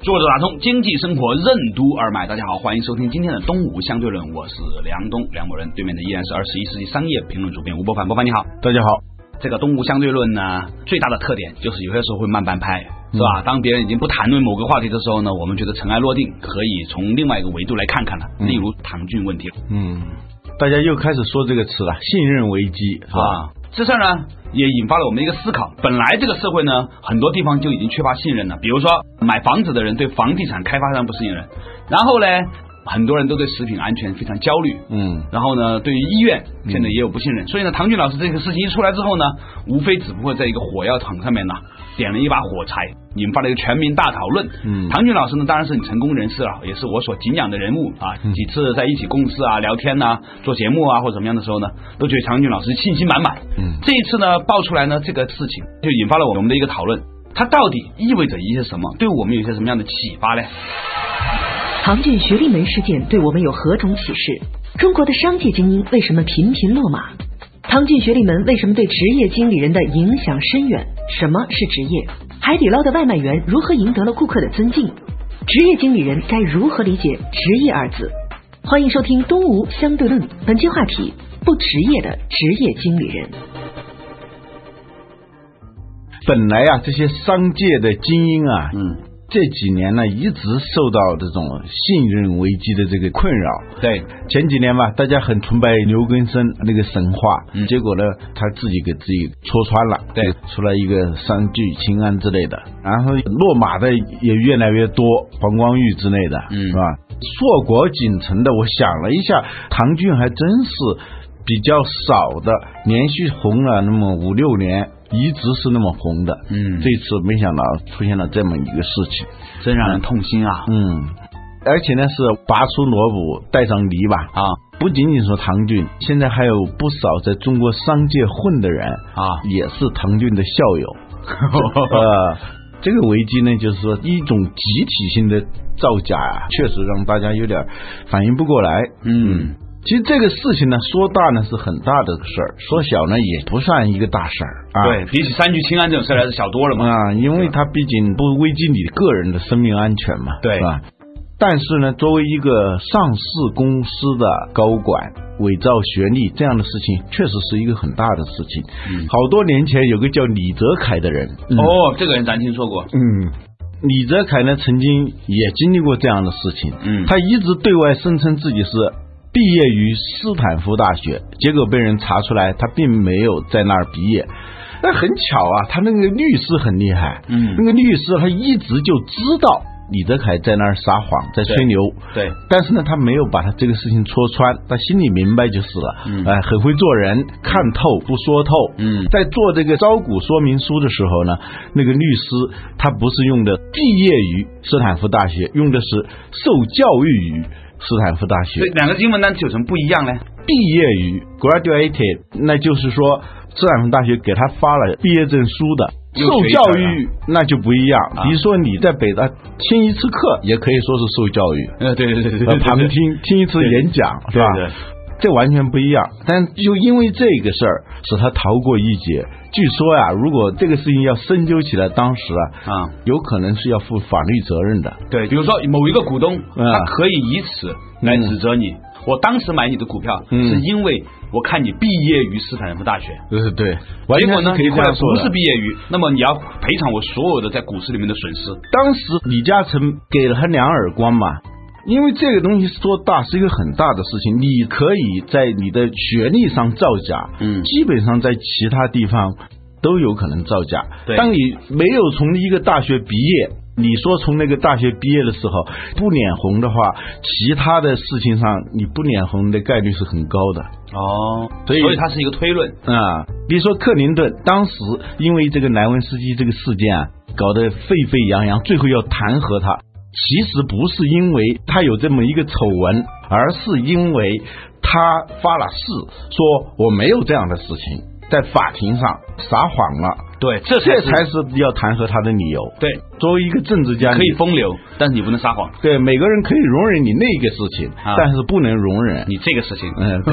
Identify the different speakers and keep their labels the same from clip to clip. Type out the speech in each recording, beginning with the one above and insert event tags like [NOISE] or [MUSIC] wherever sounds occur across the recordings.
Speaker 1: 坐着打通经济生活任督二脉，大家好，欢迎收听今天的东吴相对论，我是梁东梁某人，对面的依然是二十一世纪商业评论主编吴伯凡，伯凡你好。
Speaker 2: 大家好，
Speaker 1: 这个东吴相对论呢，最大的特点就是有些时候会慢半拍，是吧？
Speaker 2: 嗯
Speaker 1: 当别人已经不谈论某个话题的时候呢，我们觉得尘埃落定，可以从另外一个维度来看看了，例如唐骏问题
Speaker 2: 嗯，大家又开始说这个词了，信任危机是吧？
Speaker 1: 啊。这事儿呢，也引发了我们一个思考。本来这个社会呢，很多地方就已经缺乏信任了，比如说买房子的人对房地产开发商不信任，然后呢，很多人都对食品安全非常焦虑，
Speaker 2: 嗯，
Speaker 1: 然后呢，对于医院现在也有不信任，所以呢，唐骏老师这个事情一出来之后呢，无非只不过在一个火药桶上面呢点了一把火柴，引发了一个全民大讨论。
Speaker 2: 嗯
Speaker 1: 唐骏老师呢当然是很成功人士了，也是我所敬仰的人物啊。几次在一起共事啊、聊天呐、做节目啊或者怎么样的时候呢，都觉得唐骏老师信心满满。
Speaker 2: 嗯，
Speaker 1: 这一次呢爆出来呢这个事情，就引发了我们的一个讨论，它到底意味着一些什么，对我们有些什么样的启发呢？
Speaker 3: 唐骏学历门事件对我们有何种启示？中国的商界精英为什么频频落马？唐骏学历门为什么对职业经理人的影响深远？什么是职业？海底捞的外卖员如何赢得了顾客的尊敬？职业经理人该如何理解“职业”二字？欢迎收听《东吴相对论》，本期话题：不职业的职业经理人。
Speaker 2: 本来啊，这些商界的精英啊，
Speaker 1: 嗯，
Speaker 2: 这几年呢，一直受到这种信任危机的这个困扰。
Speaker 1: 对，
Speaker 2: 前几年吧，大家很崇拜牛根生那个神话，
Speaker 1: 嗯
Speaker 2: 结果呢，他自己给自己戳穿了，
Speaker 1: 对，
Speaker 2: 出来一个三聚氰胺之类的，然后落马的也越来越多，黄光裕之类的，
Speaker 1: 嗯
Speaker 2: 是吧？硕果仅存的，我想了一下，唐骏还真是比较少的，连续红了那么五六年，一直是那么红的，
Speaker 1: 嗯
Speaker 2: 这次没想到出现了这么一个事情，
Speaker 1: 真让人痛心啊！
Speaker 2: 嗯，而且呢是拔出萝卜带上篱笆
Speaker 1: 啊
Speaker 2: 不仅仅说唐骏，现在还有不少在中国商界混的人，
Speaker 1: 啊，
Speaker 2: 也是唐骏的校友。呃，这个危机呢，就是说一种集体性的造假啊，确实让大家有点反应不过来。
Speaker 1: 嗯，
Speaker 2: 其实这个事情呢，说大呢是很大的事儿，说小呢也不算一个大事儿啊。
Speaker 1: 对，比起三聚氰胺这种事儿来是小多了嘛。
Speaker 2: 啊，因为它毕竟不危及你个人的生命安全嘛，
Speaker 1: 对
Speaker 2: 是吧？但是呢，作为一个上市公司的高管，伪造学历这样的事情，确实是一个很大的事情。
Speaker 1: 嗯
Speaker 2: 好多年前有个叫李泽楷的人，哦，
Speaker 1: 哦，这个人咱听说过。
Speaker 2: 嗯，李泽楷呢曾经也经历过这样的事情，
Speaker 1: 嗯
Speaker 2: 他一直对外声称自己是。毕业于斯坦福大学，结果被人查出来，他并没有在那儿毕业。但很巧啊，他那个律师很厉害，
Speaker 1: 嗯
Speaker 2: 那个律师他一直就知道李泽楷在那儿撒谎，在吹牛，
Speaker 1: 对，
Speaker 2: 但是呢，他没有把他这个事情戳穿，他心里明白就是了。
Speaker 1: 嗯
Speaker 2: 哎，很会做人，看透不说透。
Speaker 1: 嗯
Speaker 2: 在做这个招股说明书的时候呢，那个律师他不是用的毕业于斯坦福大学，用的是受教育于斯坦福大学
Speaker 1: 这。两个英文单词有什么不一样呢？
Speaker 2: 毕业于 graduated，那就是说斯坦福大学给他发了毕业证书的。
Speaker 1: 又
Speaker 2: 受
Speaker 1: 学一
Speaker 2: 教
Speaker 1: 圈
Speaker 2: 育那就不一样，
Speaker 1: 啊
Speaker 2: 比如说你在北大听一次课，也可以说是受教育。
Speaker 1: 呃，对对对对
Speaker 2: 呃，旁听听一次演讲，是吧？
Speaker 1: 对对
Speaker 2: 这完全不一样，但就因为这个事儿，使他逃过一劫。据说呀、如果这个事情要深究起来，当时啊，
Speaker 1: 啊，
Speaker 2: 有可能是要负法律责任的。
Speaker 1: 对，比如说某一个股东，
Speaker 2: 嗯
Speaker 1: 他可以以此来指责你。我当时买你的股票，
Speaker 2: 嗯
Speaker 1: 是因为我看你毕业于斯坦福大学，
Speaker 2: 对对，完
Speaker 1: 结
Speaker 2: 全
Speaker 1: 果
Speaker 2: 哦是
Speaker 1: 呢，
Speaker 2: 可以
Speaker 1: 你
Speaker 2: 这
Speaker 1: 后来
Speaker 2: 样说
Speaker 1: 不是
Speaker 2: 的。
Speaker 1: 毕业于，那么你要赔偿我所有的在股市里面的损失。
Speaker 2: 当时李嘉诚给了他两耳光嘛。因为这个东西说大是一个很大的事情，你可以在你的学历上造假，
Speaker 1: 嗯
Speaker 2: 基本上在其他地方都有可能造假。
Speaker 1: 对
Speaker 2: 当你没有从一个大学毕业，你说从那个大学毕业的时候不脸红的话，其他的事情上你不脸红的概率是很高的。
Speaker 1: 哦，
Speaker 2: 所以
Speaker 1: 所以它是一个推论。
Speaker 2: 啊、比如说克林顿当时因为这个莱文斯基这个事件啊，搞得沸沸扬扬，最后要弹劾他。其实不是因为他有这么一个丑闻，而是因为他发了誓说我没有这样的事情，在法庭上撒谎了，
Speaker 1: 对，这才
Speaker 2: 这
Speaker 1: 是
Speaker 2: 才是要弹劾他的理由。
Speaker 1: 对，
Speaker 2: 作为一个政治家，
Speaker 1: 可以
Speaker 2: 你
Speaker 1: 风流，但是你不能撒谎，
Speaker 2: 对每个人可以容忍你那个事情，
Speaker 1: 啊
Speaker 2: 但是不能容忍
Speaker 1: 你这个事情。[LAUGHS]
Speaker 2: 嗯对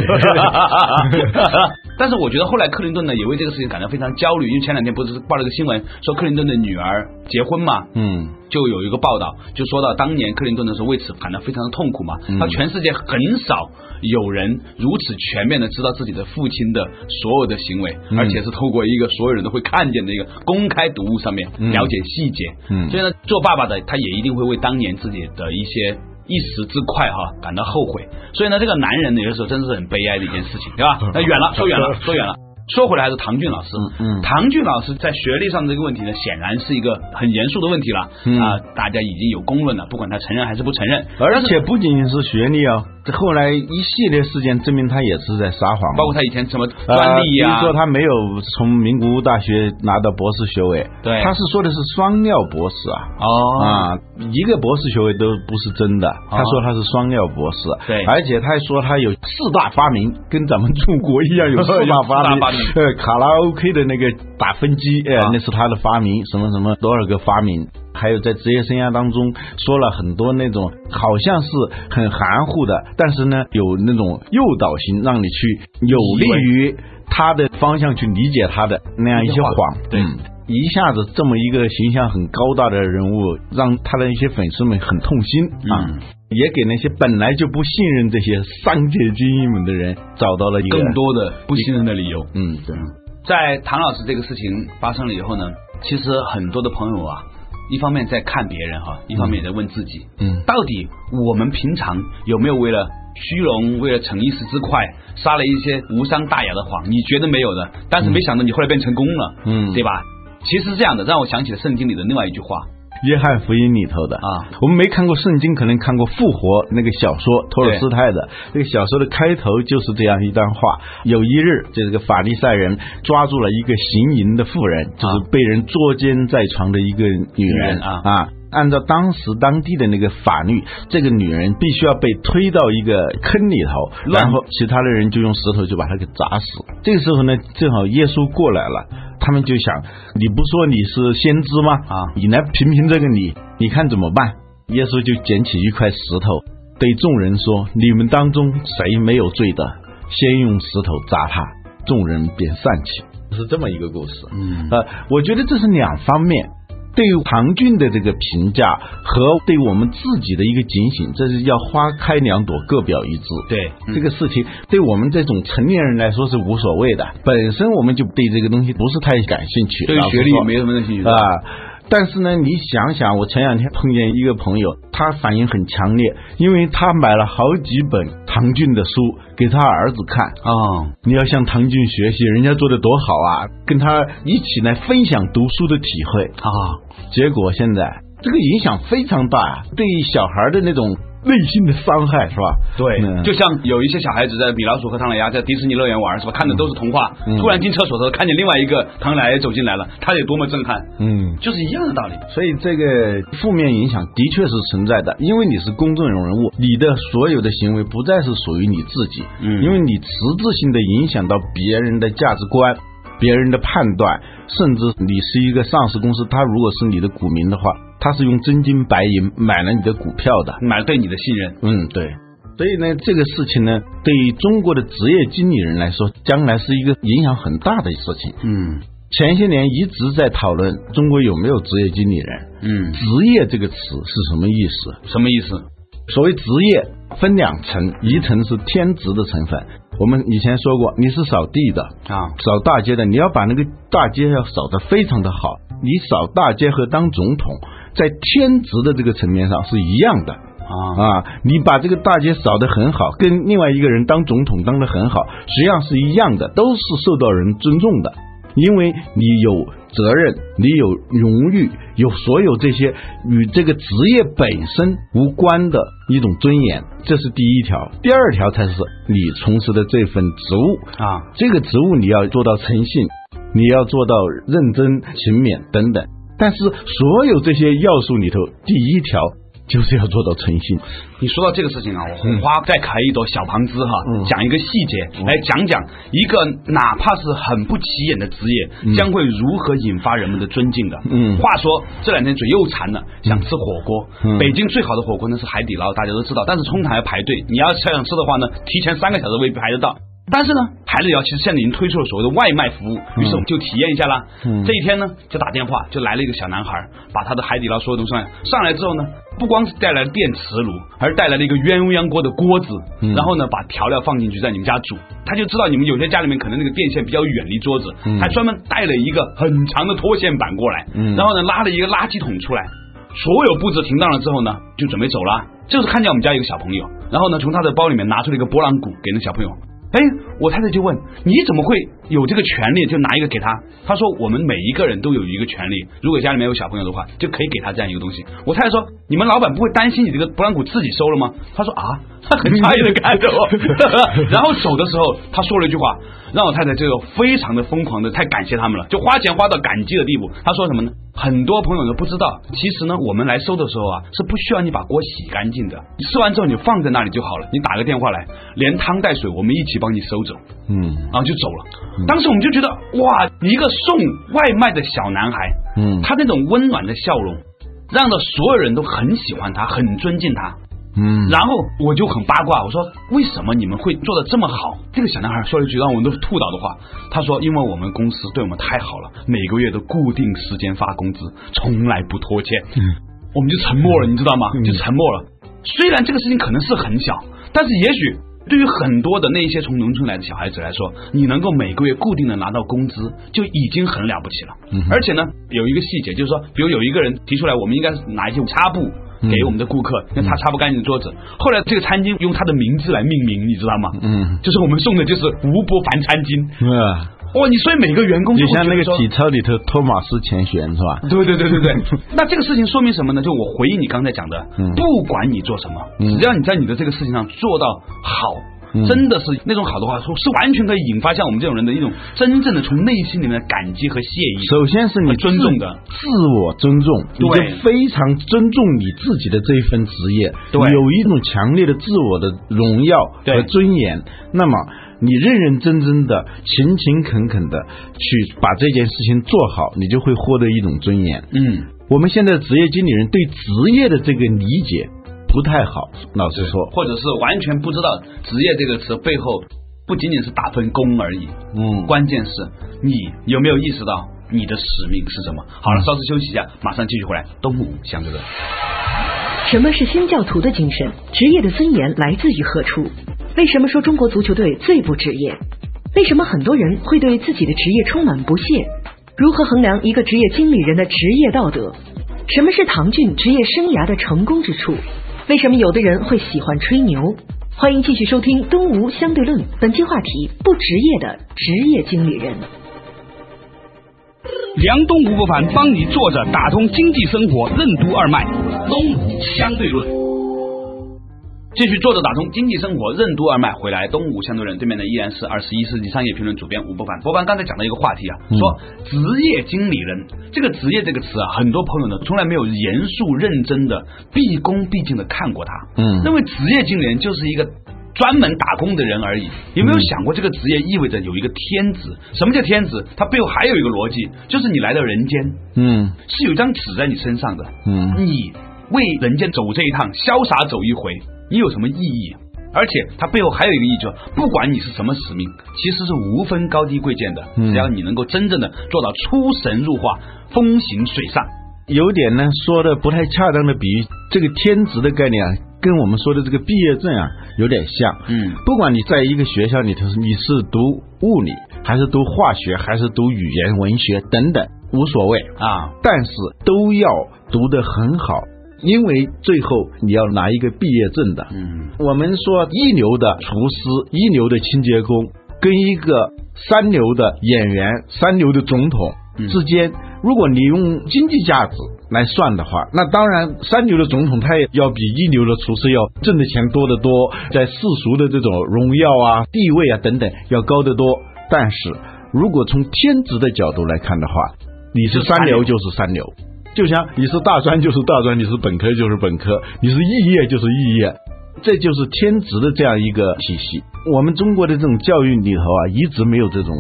Speaker 1: 但是我觉得后来克林顿呢也为这个事情感到非常焦虑，因为前两天不是报了个新闻说克林顿的女儿结婚嘛，
Speaker 2: 嗯。
Speaker 1: 就有一个报道，就说到当年克林顿的时候为此感到非常的痛苦嘛。
Speaker 2: 嗯
Speaker 1: 他全世界很少有人如此全面的知道自己的父亲的所有的行为，
Speaker 2: 嗯
Speaker 1: 而且是透过一个所有人都会看见的一个公开读物上面
Speaker 2: 嗯
Speaker 1: 了解细节。
Speaker 2: 嗯
Speaker 1: 所以呢，做爸爸的他也一定会为当年自己的一些。一时之快哈、感到后悔，所以呢，这个男人呢，有的时候真是很悲哀的一件事情，对吧？那远
Speaker 2: [LAUGHS]
Speaker 1: 了，说远了，说远了。说回来，还是唐骏老师，
Speaker 2: 嗯嗯
Speaker 1: 唐骏老师在学历上的这个问题呢，显然是一个很严肃的问题了啊、
Speaker 2: 嗯
Speaker 1: 大家已经有公论了，不管他承认还是不承认，
Speaker 2: 而且不仅仅是学历哦，这后来一系列事件证明他也是在撒谎嘛，
Speaker 1: 包括他以前什么
Speaker 2: 呃
Speaker 1: 专利啊呀、
Speaker 2: 比如说他没有从名古屋大学拿到博士学位，
Speaker 1: 对
Speaker 2: 他是说的是双料博士啊。
Speaker 1: 哦
Speaker 2: 啊，一个博士学位都不是真的。他说他是双料博士，
Speaker 1: 啊对
Speaker 2: 而且他还说他有四大发明，跟咱们中国一
Speaker 1: [LAUGHS]
Speaker 2: 样有四大发
Speaker 1: 有四大
Speaker 2: 明。
Speaker 1: 发明
Speaker 2: 呃，卡拉 OK 的那个打分机，哎、
Speaker 1: 啊
Speaker 2: 那是他的发明，什么什么多少个发明。还有在职业生涯当中说了很多那种好像是很含糊的，但是呢有那种诱导性，让你去有利于他的方向去理解他的那样一些谎。
Speaker 1: 对
Speaker 2: 嗯一下子这么一个形象很高大的人物，让他的一些粉丝们很痛心啊。
Speaker 1: 嗯
Speaker 2: 也给那些本来就不信任这些商界精英们的人找到了一个
Speaker 1: 更多啊的不信任的理由。
Speaker 2: 嗯，对，
Speaker 1: 在唐老师这个事情发生了以后呢，其实很多的朋友啊，一方面在看别人哈、一方面也在问自己，
Speaker 2: 嗯
Speaker 1: 到底我们平常有没有为了虚荣，为了逞一时之快，撒了一些无伤大雅的谎？你觉得没有的，但是没想到你后来变成功了，
Speaker 2: 嗯
Speaker 1: 对吧？其实是这样的，让我想起了圣经里的另外一句话，
Speaker 2: 约翰福音里头的
Speaker 1: 啊，
Speaker 2: 我们没看过圣经，可能看过《复活》那个小说，托尔斯泰的那个小说的开头就是这样一段话：有一日，这个法利赛人抓住了一个行淫的妇人，就是被人捉奸在床的一个女
Speaker 1: 女人
Speaker 2: 人
Speaker 1: 啊
Speaker 2: 啊。按照当时当地的那个法律，这个女人必须要被推到一个坑里头，
Speaker 1: 乱
Speaker 2: 然后其他的人就用石头就把她给砸死。这个时候呢，正好耶稣过来了，他们就想：你不说你是先知吗？
Speaker 1: 啊
Speaker 2: 你来评评这个你，你看怎么办？耶稣就捡起一块石头，对众人说：“你们当中谁没有罪的，先用石头砸他。”众人便散去。是这么一个故事。
Speaker 1: 嗯
Speaker 2: 呃，我觉得这是两方面。对于唐骏的这个评价和对我们自己的一个警醒，这是要花开两朵，各表一枝。
Speaker 1: 对嗯
Speaker 2: 这个事情，对我们这种成年人来说是无所谓的，本身我们就对这个东西不是太感兴趣。
Speaker 1: 对
Speaker 2: 老
Speaker 1: 于
Speaker 2: 实
Speaker 1: 学历
Speaker 2: 说
Speaker 1: 没什么兴趣的，
Speaker 2: 啊。但是呢，你想想，我前两天碰见一个朋友，他反应很强烈，因为他买了好几本唐骏的书给他儿子看。
Speaker 1: 哦，
Speaker 2: 你要向唐骏学习，人家做的多好啊，跟他一起来分享读书的体会。
Speaker 1: 啊，
Speaker 2: 结果现在这个影响非常大啊，对小孩的那种内心的伤害是吧？嗯
Speaker 1: 就像有一些小孩子在米老鼠和唐老鸭在迪士尼乐园玩是吧？看的都是童话，
Speaker 2: 嗯
Speaker 1: 突然进厕所的时候看见另外一个唐老鸭也走进来了，他得多么震撼，
Speaker 2: 嗯。
Speaker 1: 就是一样的道理。
Speaker 2: 所以这个负面影响的确是存在的，因为你是公众人物，你的所有的行为不再是属于你自己，
Speaker 1: 嗯
Speaker 2: 因为你实质性的影响到别人的价值观、别人的判断，甚至你是一个上市公司，他如果是你的股民的话，他是用真金白银买了你的股票的，
Speaker 1: 买了对你的信任，
Speaker 2: 嗯，对。所以呢，这个事情呢，对于中国的职业经理人来说，将来是一个影响很大的事情。
Speaker 1: 嗯
Speaker 2: 前些年一直在讨论中国有没有职业经理人，
Speaker 1: 嗯，
Speaker 2: 职业这个词是什么意思？
Speaker 1: 什么意思？
Speaker 2: 所谓职业分两层，一层是天职的成分。我们以前说过，你是扫地的，
Speaker 1: 啊，
Speaker 2: 扫大街的，你要把那个大街要扫得非常的好。你扫大街和当总统在天职的这个层面上是一样的
Speaker 1: 啊，
Speaker 2: 啊。你把这个大街扫得很好，跟另外一个人当总统当得很好，实际上是一样的，都是受到人尊重的。因为你有责任，你有荣誉，有所有这些与这个职业本身无关的一种尊严，这是第一条。第二条才是你从事的这份职务
Speaker 1: 啊，
Speaker 2: 这个职务你要做到诚信，你要做到认真、勤勉等等。但是所有这些要素里头，第一条就是要做到诚信。
Speaker 1: 你说到这个事情啊，我红花再开一朵小旁枝哈，
Speaker 2: 嗯
Speaker 1: 讲一个细节，来讲讲一个哪怕是很不起眼的职业，将会如何引发人们的尊敬的。
Speaker 2: 嗯
Speaker 1: 话说这两天嘴又馋了，想吃火锅。
Speaker 2: 嗯
Speaker 1: 北京最好的火锅呢是海底捞，大家都知道，但是通常要排队，你要想吃的话呢，提前三个小时未必排得到。但是呢，海底捞其实现在已经推出了所谓的外卖服务，于是我们就体验一下啦。
Speaker 2: 嗯
Speaker 1: 这一天呢，就打电话，就来了一个小男孩，把他的海底捞所有东西上来。上来之后呢，不光是带来了电磁炉，而带来了一个鸳鸯锅的锅子，
Speaker 2: 嗯
Speaker 1: 然后呢，把调料放进去，在你们家煮。他就知道你们有些家里面可能那个电线比较远离桌子，
Speaker 2: 嗯
Speaker 1: 还专门带了一个很长的拖线板过来，
Speaker 2: 嗯
Speaker 1: 然后呢，拉了一个垃圾桶出来。所有布置停当了之后呢，就准备走了。这时看见我们家有个小朋友，然后呢，从他的包里面拿出了一个拨浪鼓给那小朋友。哎，我太太就问你怎么会有这个权利，就拿一个给他。他说我们每一个人都有一个权利，如果家里面有小朋友的话，就可以给他这样一个东西。我太太说你们老板不会担心你这个拨浪鼓自己收了吗？他说啊，他很诧异的看着我， [LAUGHS] 然后走的时候他说了一句话，让我太太这个非常的疯狂的太感谢他们了，就花钱花到感激的地步。他说什么呢？很多朋友都不知道，其实呢，我们来收的时候啊，是不需要你把锅洗干净的，吃完之后你放在那里就好了。你打个电话来，连汤带水我们一起帮你收走，
Speaker 2: 嗯
Speaker 1: 然后就走了。当时我们就觉得，哇，一个送外卖的小男孩，
Speaker 2: 嗯
Speaker 1: 他那种温暖的笑容，让到所有人都很喜欢他，很尊敬他。
Speaker 2: 嗯，
Speaker 1: 然后我就很八卦，我说为什么你们会做的这么好？这个小男孩说了一句让我们都吐到的话，他说因为我们公司对我们太好了，每个月都固定时间发工资，从来不拖欠。我们就沉默了，你知道吗？就沉默了。虽然这个事情可能是很小，但是也许对于很多的那一些从农村来的小孩子来说，你能够每个月固定的拿到工资，就已经很了不起了。而且呢，有一个细节就是说，比如有一个人提出来，我们应该拿一些擦布。给我们的顾客，那擦擦不干净的桌子。后来这个餐巾用他的名字来命名，你知道吗？
Speaker 2: 嗯，
Speaker 1: 就是我们送的就是吴伯凡餐巾。
Speaker 2: 啊，
Speaker 1: 哇，你所以每个员工都
Speaker 2: 就
Speaker 1: 会
Speaker 2: 像那
Speaker 1: 觉得
Speaker 2: 个
Speaker 1: 说
Speaker 2: 体操里头托马斯前旋是吧？
Speaker 1: 对对对对对。
Speaker 2: [LAUGHS]
Speaker 1: 那这个事情说明什么呢？就我回应你刚才讲的，
Speaker 2: 嗯
Speaker 1: 不管你做什么，
Speaker 2: 嗯
Speaker 1: 只要你在你的这个事情上做到好。
Speaker 2: 嗯
Speaker 1: 真的是那种好的话，是完全可以引发像我们这种人的一种真正的从内心里面的感激和谢意。
Speaker 2: 首先是你
Speaker 1: 很尊
Speaker 2: 自
Speaker 1: 重的
Speaker 2: 自我尊重，你
Speaker 1: 对
Speaker 2: 就非常尊重你自己的这一份职业，
Speaker 1: 对
Speaker 2: 有一种强烈的自我的荣耀
Speaker 1: 对
Speaker 2: 和尊严。那么，你认认真真的、勤勤恳恳的去把这件事情做好，你就会获得一种尊严。
Speaker 1: 嗯，
Speaker 2: 我们现在职业经理人对职业的这个理解不太好，老实说，
Speaker 1: 或者是完全不知道“职业”这个词背后不仅仅是打份工而已。
Speaker 2: 嗯
Speaker 1: 关键是你有没有意识到你的使命是什么？好了，稍事休息一下，马上继续回来。东吴相对论。
Speaker 3: 什么是新教徒的精神？职业的尊严来自于何处？为什么说中国足球队最不职业？为什么很多人会对自己的职业充满不屑？如何衡量一个职业经理人的职业道德？什么是唐骏职业生涯的成功之处？为什么有的人会喜欢吹牛？欢迎继续收听《东吴相对论》，本期话题：不职业的职业经理人。
Speaker 4: 梁东吴不凡帮你坐着打通经济生活任督二脉，东吴相对论。
Speaker 1: 继续坐着打通经济生活任督二脉回来，东吴相对论对面的依然是二十一世纪商业评论主编吴伯凡。伯凡刚才讲到一个话题啊，
Speaker 4: 嗯
Speaker 1: 说职业经理人这个职业这个词啊，很多朋友呢从来没有严肃认真的毕恭毕敬的看过他，
Speaker 2: 嗯
Speaker 1: 认为职业经理人就是一个。专门打工的人而已，有没有想过这个职业意味着有一个天职？什么叫天职？它背后还有一个逻辑，就是你来到人间
Speaker 2: 嗯
Speaker 1: 是有一张纸在你身上的，
Speaker 2: 嗯
Speaker 1: 你为人间走这一趟，潇洒走一回，你有什么意义？啊而且它背后还有一个意义，就是不管你是什么使命，其实是无分高低贵贱的，
Speaker 2: 嗯
Speaker 1: 只要你能够真正的做到出神入化、风行水上。
Speaker 2: 有点呢说的不太恰当的比喻，这个天职的概念啊，跟我们说的这个毕业证啊有点像。
Speaker 1: 嗯
Speaker 2: 不管你在一个学校里头，你是读物理还是读化学还是读语言文学等等，无所谓，
Speaker 1: 啊，
Speaker 2: 但是都要读得很好，因为最后你要拿一个毕业证的。
Speaker 1: 嗯
Speaker 2: 我们说一流的厨师、一流的清洁工，跟一个三流的演员、三流的总统
Speaker 1: 嗯
Speaker 2: 之间，如果你用经济价值来算的话，那当然三流的总统他也要比一流的厨师要挣的钱多得多，在世俗的这种荣耀啊、地位啊等等要高得多。但是如果从天职的角度来看的话，你是三流就是三流，就像你是大专就是大专，你是本科就是本科，你是肄业就是肄业，这就是天职的这样一个体系。我们中国的这种教育里头啊，一直没有这种。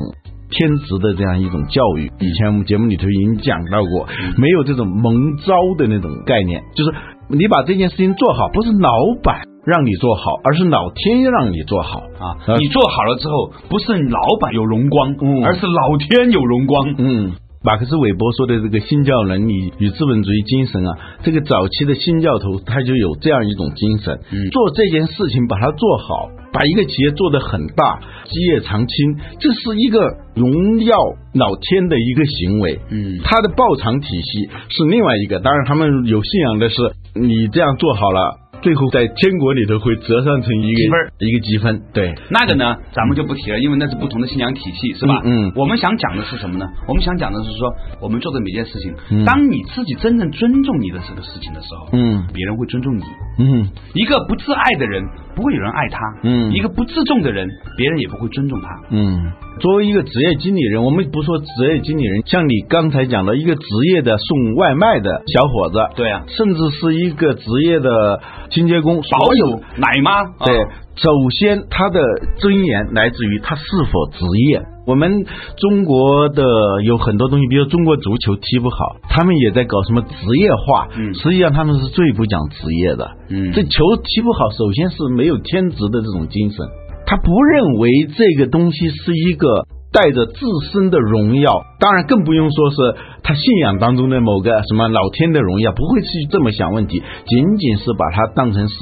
Speaker 2: 天职的这样一种教育，以前我们节目里头已经讲到过，没有这种蒙招的那种概念，就是你把这件事情做好，不是老板让你做好，而是老天让你做好。
Speaker 1: 啊
Speaker 2: 呃，
Speaker 1: 你做好了之后，不是老板有荣光，
Speaker 2: 嗯
Speaker 1: 而是老天有荣光。
Speaker 2: 嗯，马克思韦伯说的这个新教伦理与资本主义精神啊，这个早期的新教徒他就有这样一种精神，
Speaker 1: 嗯
Speaker 2: 做这件事情把它做好，把一个企业做得很大，基业长青，这是一个荣耀老天的一个行为。
Speaker 1: 嗯
Speaker 2: 他的报偿体系是另外一个，当然他们有信仰的是，你这样做好了。最后在天国里头会折算成一个
Speaker 1: 积分儿
Speaker 2: 一个积分，对，
Speaker 1: 那个呢，咱们就不提了，因为那是不同的信仰体系，是吧？
Speaker 2: 嗯嗯嗯
Speaker 1: 我们想讲的是什么呢？我们想讲的是说，我们做的每件事情，
Speaker 2: 嗯
Speaker 1: 当你自己真正尊重你的这个事情的时候，
Speaker 2: 嗯
Speaker 1: 别人会尊重你。
Speaker 2: 嗯
Speaker 1: 一个不自爱的人，不会有人爱他；
Speaker 2: 嗯
Speaker 1: 一个不自重的人，别人也不会尊重他。
Speaker 2: 嗯，作为一个职业经理人，我们不说职业经理人，像你刚才讲的一个职业的送外卖的小伙子，
Speaker 1: 对啊，
Speaker 2: 甚至是一个职业的清洁工，
Speaker 1: 保
Speaker 2: 所有
Speaker 1: 有奶妈，啊
Speaker 2: 对，首先他的尊严来自于他是否职业。我们中国的有很多东西，比如中国足球踢不好，他们也在搞什么职业化，
Speaker 1: 嗯
Speaker 2: 实际上他们是最不讲职业的，
Speaker 1: 嗯
Speaker 2: 这球踢不好，首先是没有天职的这种精神，他不认为这个东西是一个带着自身的荣耀，当然更不用说是他信仰当中的某个什么老天的荣耀，不会去这么想问题，仅仅是把它当成是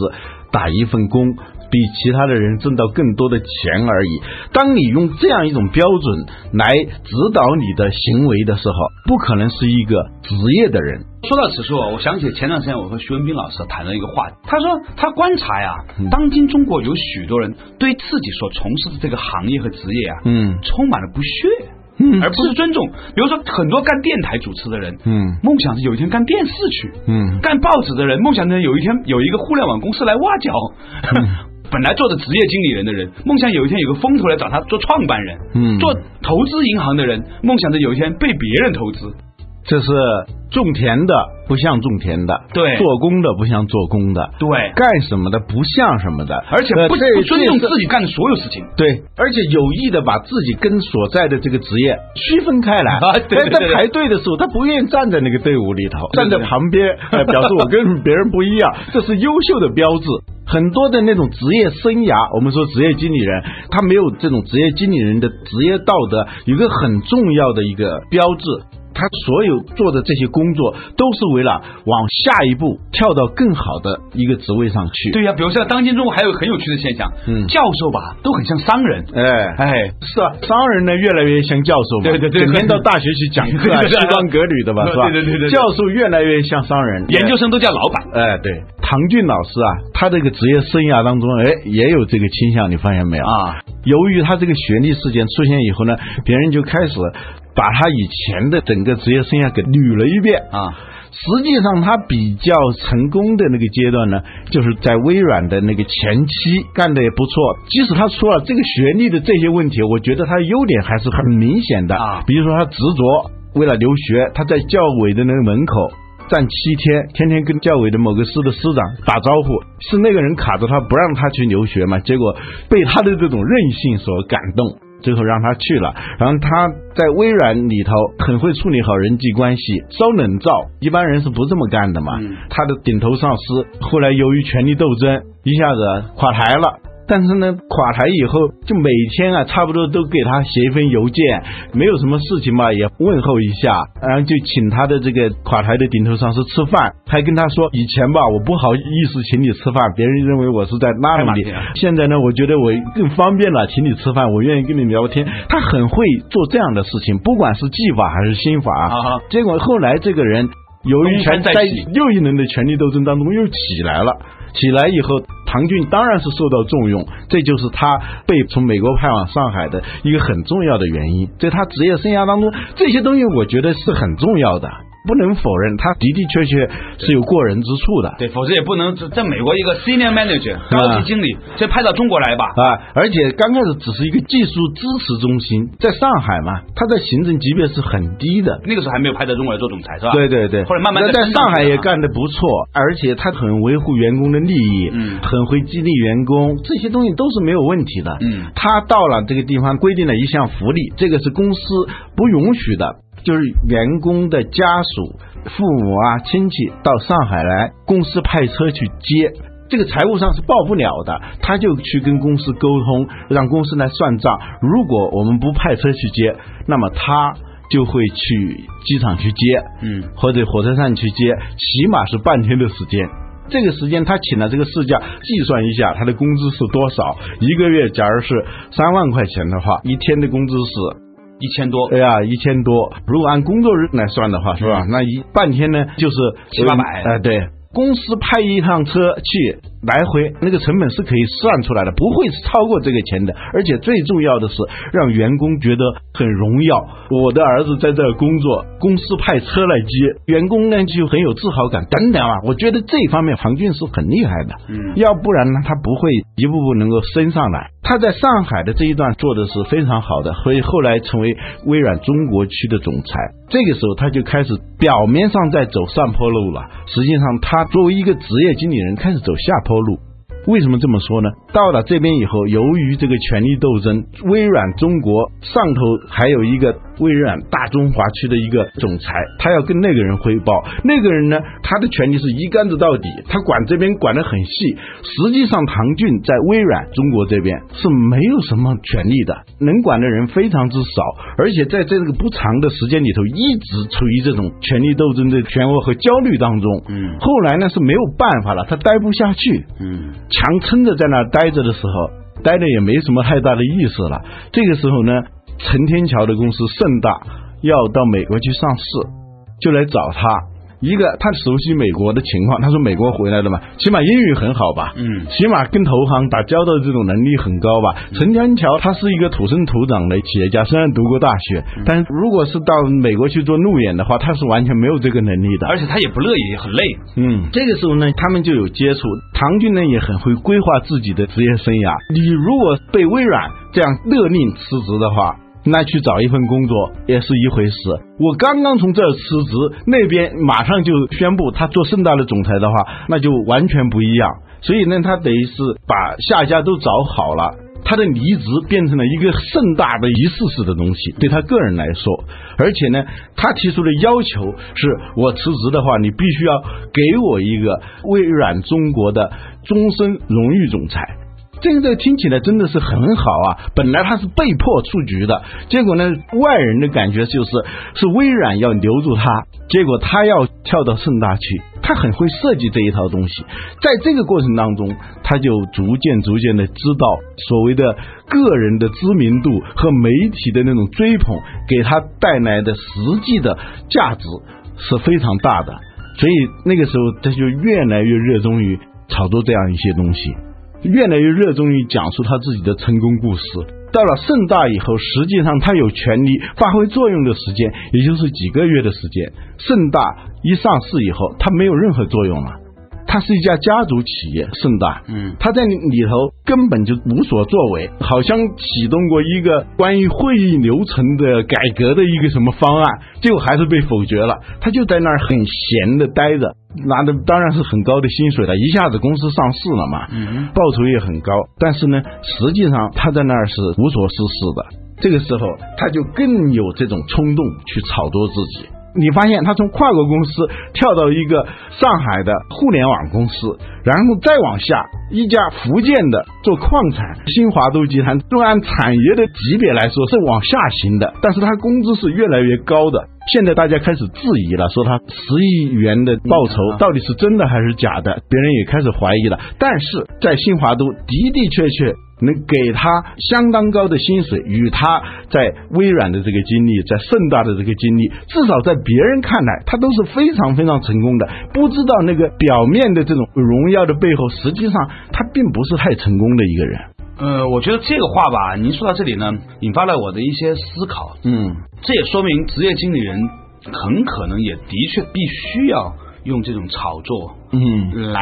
Speaker 2: 打一份工。比其他的人挣到更多的钱而已。当你用这样一种标准来指导你的行为的时候，不可能是一个职业的人。
Speaker 1: 说到此处啊，我想起前段时间我和徐文斌老师谈论一个话题，他说他观察呀、
Speaker 2: 嗯
Speaker 1: 当今中国有许多人对自己所从事的这个行业和职业啊，
Speaker 2: 嗯
Speaker 1: 充满了不屑。
Speaker 2: 嗯
Speaker 1: 而不是尊重。比如说，很多干电台主持的人，
Speaker 2: 嗯
Speaker 1: 梦想是有一天干电视去；
Speaker 2: 嗯
Speaker 1: 干报纸的人，梦想着有一天有一个互联网公司来挖角。
Speaker 2: 嗯
Speaker 1: [LAUGHS] 本来做的职业经理人的人，梦想有一天有个风投来找他做创办人；
Speaker 2: 嗯
Speaker 1: 做投资银行的人，梦想着有一天被别人投资。
Speaker 2: 这是种田的不像种田的，
Speaker 1: 对
Speaker 2: 做工的不像做工的，
Speaker 1: 对，
Speaker 2: 干什么的不像什么的，
Speaker 1: 而且
Speaker 2: 呃
Speaker 1: 不
Speaker 2: 这
Speaker 1: 不尊重
Speaker 2: 这是
Speaker 1: 自己干的所有事情。
Speaker 2: 对，而且有意的把自己跟所在的这个职业区分开来。哎
Speaker 1: 啊对对对
Speaker 2: 在在排队的时候，他不愿意站在那个队伍里头，
Speaker 1: 对
Speaker 2: 站
Speaker 1: 对
Speaker 2: 在旁
Speaker 1: [LAUGHS]
Speaker 2: 边，呃表示我跟别人不一样，这是优秀的标志。很多的那种职业生涯，我们说职业经理人，他没有这种职业经理人的职业道德，有一个很重要的一个标志。他所有做的这些工作，都是为了往下一步跳到更好的一个职位上去。，
Speaker 1: 对呀、比如说当今中国还有很有趣的现象，
Speaker 2: 嗯
Speaker 1: 教授吧都很像商人，
Speaker 2: 哎，
Speaker 1: 哎，
Speaker 2: 是啊，商人呢越来越像教授嘛，
Speaker 1: 对对对
Speaker 2: 整天到大学去讲课啊，
Speaker 1: [LAUGHS] 对对对
Speaker 2: 西装革履的吧，
Speaker 1: 对
Speaker 2: 是吧？
Speaker 1: 对对对对
Speaker 2: 教授越来越像商人，
Speaker 1: 研究生都叫老板。
Speaker 2: 哎，对，唐骏老师啊，他这个职业生涯当中，哎，也有这个倾向，你发现没有？
Speaker 1: 啊，
Speaker 2: 由于他这个学历事件出现以后呢，别人就开始把他以前的整个职业生涯给捋了一遍
Speaker 1: 啊。
Speaker 2: 实际上，他比较成功的那个阶段呢，就是在微软的那个前期干的也不错。即使他说了这个学历的这些问题，我觉得他的优点还是很明显的
Speaker 1: 啊
Speaker 2: 比如说他执着，为了留学，他在教委的那个门口站七天，天天跟教委的某个师的师长打招呼，是那个人卡着他不让他去留学嘛，结果被他的这种任性所感动。最后让他去了，然后他在微软里头很会处理好人际关系，烧冷灶，一般人是不这么干的嘛。
Speaker 1: 嗯
Speaker 2: 他的顶头上司后来由于权力斗争，一下子垮台了，但是呢，垮台以后就每天啊，差不多都给他写一封邮件，没有什么事情嘛，也问候一下， [LAUGHS] 然后就请他的这个垮台的顶头上司吃饭，还跟他说以前吧，我不好意思请你吃饭，别人认为我是在拉拢你
Speaker 1: 太麻烦了，
Speaker 2: 现在呢，我觉得我更方便了，请你吃饭，我愿意跟你聊天。他很会做这样的事情，不管是技法还是心法。
Speaker 1: 啊哈
Speaker 2: 结果后来这个人由于
Speaker 1: 东山
Speaker 2: 在
Speaker 1: 再起
Speaker 2: 又一轮的权力斗争当中又起来了。起来以后，唐骏当然是受到重用，这就是他被从美国派往上海的一个很重要的原因。在他职业生涯当中，这些东西我觉得是很重要的。不能否认，他的的确确是有过人之处的。
Speaker 1: 对，否则也不能在美国一个 senior manager 高级经理，这派到中国来吧？
Speaker 2: 啊，而且刚开始只是一个技术支持中心，在上海嘛，它的行政级别是很低的。
Speaker 1: 那个时候还没有派到中国来做总裁是吧？
Speaker 2: 对对对，
Speaker 1: 后来慢慢
Speaker 2: 那
Speaker 1: 地
Speaker 2: 在
Speaker 1: 升
Speaker 2: 上
Speaker 1: 上
Speaker 2: 海
Speaker 1: 去了
Speaker 2: 也
Speaker 1: 啊
Speaker 2: 干得不错，而且他很维护员工的利益，
Speaker 1: 嗯
Speaker 2: 很会激励员工，这些东西都是没有问题的。
Speaker 1: 嗯
Speaker 2: 他到了这个地方规定了一项福利，这个是公司不允许的，就是员工的家属、父母啊、亲戚到上海来，公司派车去接。这个财务上是报不了的，他就去跟公司沟通，让公司来算账。如果我们不派车去接，那么他就会去机场去接，
Speaker 1: 嗯
Speaker 2: 或者火车站去接，起码是半天的时间。这个时间他请了这个事假，计算一下他的工资是多少？一个月假如是三万块钱的话，一天的工资是
Speaker 1: 一千多嗯
Speaker 2: 哎，呀一千多。如果按工作日来算的话，是吧？那一半天呢就是
Speaker 1: 七八百
Speaker 2: 哎、对。公司派一趟车去来回，那个成本是可以算出来的，不会超过这个钱的。而且最重要的是，让员工觉得很荣耀。我的儿子在这儿工作，公司派车来接，员工呢就很有自豪感等等啊。我觉得这方面杭俊是很厉害的。
Speaker 1: 嗯
Speaker 2: 要不然呢，他不会一步步能够升上来。他在上海的这一段做的是非常好的，所以后来成为微软中国区的总裁。这个时候他就开始表面上在走上坡路了，实际上他作为一个职业经理人开始走下坡路。为什么这么说呢？到了这边以后，由于这个权力斗争，微软中国上头还有一个微软大中华区的一个总裁，他要跟那个人汇报。那个人呢，他的权力是一竿子到底，他管这边管得很细。实际上，唐骏在微软中国这边是没有什么权力的，能管的人非常之少，而且在这个不长的时间里头，一直处于这种权力斗争的漩涡和焦虑当中。
Speaker 1: 嗯
Speaker 2: 后来呢是没有办法了，他待不下去。
Speaker 1: 嗯，
Speaker 2: 强撑着在那儿待着的时候，待着也没什么太大的意思了。这个时候呢，陈天桥的公司盛大要到美国去上市，就来找他。一个他熟悉美国的情况，他说美国回来的嘛，起码英语很好吧，
Speaker 1: 嗯
Speaker 2: 起码跟投行打交道的这种能力很高吧。陈天桥他是一个土生土长的企业家，虽然读过大学，但是如果是到美国去做路演的话，他是完全没有这个能力的。
Speaker 1: 而且他也不乐意，很累。
Speaker 2: 嗯，这个时候呢，他们就有接触。唐骏呢也很会规划自己的职业生涯。你如果被微软这样勒令辞职的话，那去找一份工作也是一回事。我刚刚从这儿辞职，那边马上就宣布他做盛大的总裁的话，那就完全不一样。所以呢，他等于是把下家都找好了，他的离职变成了一个盛大的仪式式的东西，对他个人来说，而且呢，他提出的要求是我辞职的话，你必须要给我一个微软中国的终身荣誉总裁。这个这个听起来真的是很好啊！本来他是被迫出局的，结果呢，外人的感觉就是是微软要留住他，结果他要跳到盛大去。他很会设计这一套东西，在这个过程当中，他就逐渐逐渐的知道所谓的个人的知名度和媒体的那种追捧给他带来的实际的价值是非常大的，所以那个时候他就越来越热衷于炒作这样一些东西。越来越热衷于讲述他自己的成功故事。到了盛大以后，实际上他有权利发挥作用的时间，也就是几个月的时间。盛大一上市以后，他没有任何作用了。它是一家家族企业，盛大，
Speaker 1: 嗯
Speaker 2: 他在里头根本就无所作为，好像启动过一个关于会议流程的改革的一个什么方案，结果还是被否决了。他就在那儿很闲的待着，拿的当然是很高的薪水了，一下子公司上市了嘛，
Speaker 1: 嗯
Speaker 2: 报酬也很高，但是呢，实际上他在那儿是无所事事的。这个时候，他就更有这种冲动去炒作自己。你发现他从跨国公司跳到一个上海的互联网公司，然后再往下一家福建的做矿产，新华都集团，就按产业的级别来说是往下行的，但是他工资是越来越高的。现在大家开始质疑了，说他十亿元的报酬到底是真的还是假的，别人也开始怀疑了。但是在新华都的的确确能给他相当高的薪水，与他在微软的这个经历，在盛大的这个经历，至少在别人看来，他都是非常非常成功的。不知道那个表面的这种荣耀的背后，实际上他并不是太成功的一个人。
Speaker 1: 呃，我觉得这个话吧，您说到这里呢，引发了我的一些思考。
Speaker 2: 嗯
Speaker 1: 这也说明职业经理人很可能也的确必须要用这种炒作
Speaker 2: 嗯
Speaker 1: 来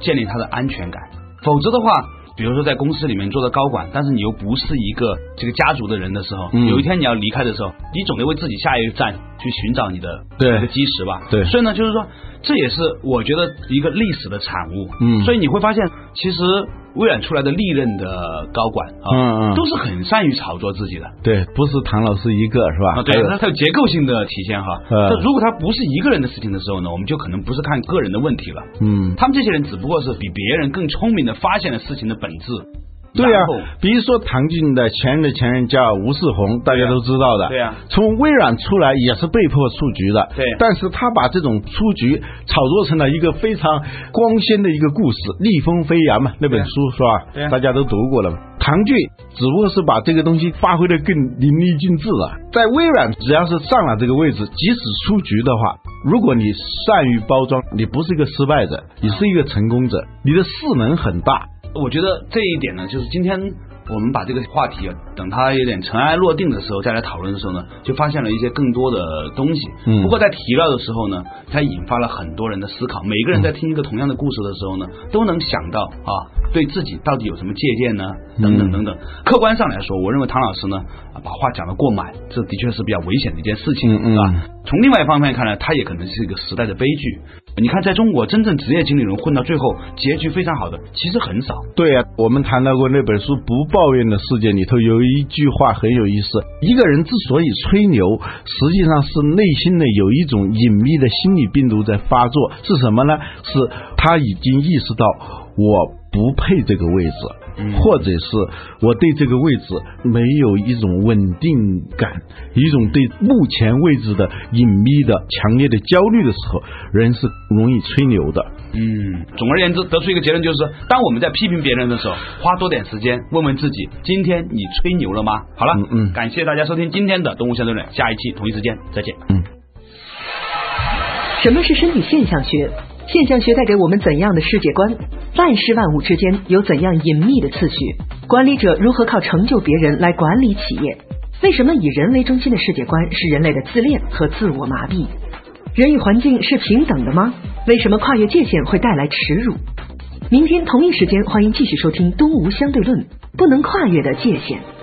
Speaker 1: 建立他的安全感，否则的话。比如说，在公司里面做的高管，但是你又不是一个这个家族的人的时候，
Speaker 2: 嗯
Speaker 1: 有一天你要离开的时候，你总得为自己下一站去寻找你的
Speaker 2: 对
Speaker 1: 一个基石吧。
Speaker 2: 对
Speaker 1: 所以呢，就是说，这也是我觉得一个历史的产物。啊
Speaker 2: 嗯
Speaker 1: 所以你会发现，其实微软出来的历任的高管啊，
Speaker 2: 嗯嗯
Speaker 1: 都是很善于炒作自己的。
Speaker 2: 对，不是唐老师一个是吧？
Speaker 1: 啊，对
Speaker 2: 还，有
Speaker 1: 它它有结构性的体现哈。
Speaker 2: 呃
Speaker 1: 但如果它不是一个人的事情的时候呢，我们就可能不是看个人的问题了。
Speaker 2: 嗯，
Speaker 1: 他们这些人只不过是比别人更聪明的发现了事情的本质。
Speaker 2: 对呀、
Speaker 1: 然后
Speaker 2: 比如说唐骏的前任的前任叫吴世宏，大家都知道的。
Speaker 1: 对呀
Speaker 2: 从微软出来也是被迫出局的。
Speaker 1: 对
Speaker 2: 但是他把这种出局炒作成了一个非常光鲜的一个故事，《逆风飞扬》嘛，那
Speaker 1: 对
Speaker 2: 本
Speaker 1: 呀
Speaker 2: 书是吧？
Speaker 1: 对呀
Speaker 2: 大家都读过了嘛。唐骏只不过是把这个东西发挥的更淋漓尽致了。在微软，只要是上了这个位置，即使出局的话，如果你善于包装，你不是一个失败者，你是一个成功者，你的势能很大。
Speaker 1: 呃我觉得这一点呢，就是今天我们把这个话题啊，等它有点尘埃落定的时候再来讨论的时候呢，就发现了一些更多的东西。
Speaker 2: 嗯
Speaker 1: 不过在提到的时候呢，它引发了很多人的思考。每个人在听一个同样的故事的时候呢，都能想到啊，对自己到底有什么借鉴呢？等
Speaker 2: 嗯
Speaker 1: 等等等。客观上来说，我认为唐老师呢，啊把话讲得过满，这的确是比较危险的一件事情，
Speaker 2: 嗯嗯
Speaker 1: 是吧？从另外一方面看呢，它也可能是一个时代的悲剧。你看，在中国，真正职业经理人混到最后结局非常好的，其实很少。
Speaker 2: 对呀、我们谈到过那本书《不抱怨的世界》里头有一句话很有意思：一个人之所以吹牛，实际上是内心的有一种隐秘的心理病毒在发作，是什么呢？是他已经意识到我不配这个位置。或者是我对这个位置没有一种稳定感，一种对目前位置的隐秘的强烈的焦虑的时候，人是容易吹牛的。
Speaker 1: 嗯，总而言之，得出一个结论就是，当我们在批评别人的时候，花多点时间问问自己，今天你吹牛了吗？好了，
Speaker 2: 嗯嗯
Speaker 1: 感谢大家收听今天的《动物相对论》，下一期同一时间再见。
Speaker 3: 什么是身体现象学？现象学带给我们怎样的世界观？万事万物之间有怎样隐秘的次序？管理者如何靠成就别人来管理企业？为什么以人为中心的世界观是人类的自恋和自我麻痹？人与环境是平等的吗？为什么跨越界限会带来耻辱？明天同一时间，欢迎继续收听《东吴相对论》，不能跨越的界限。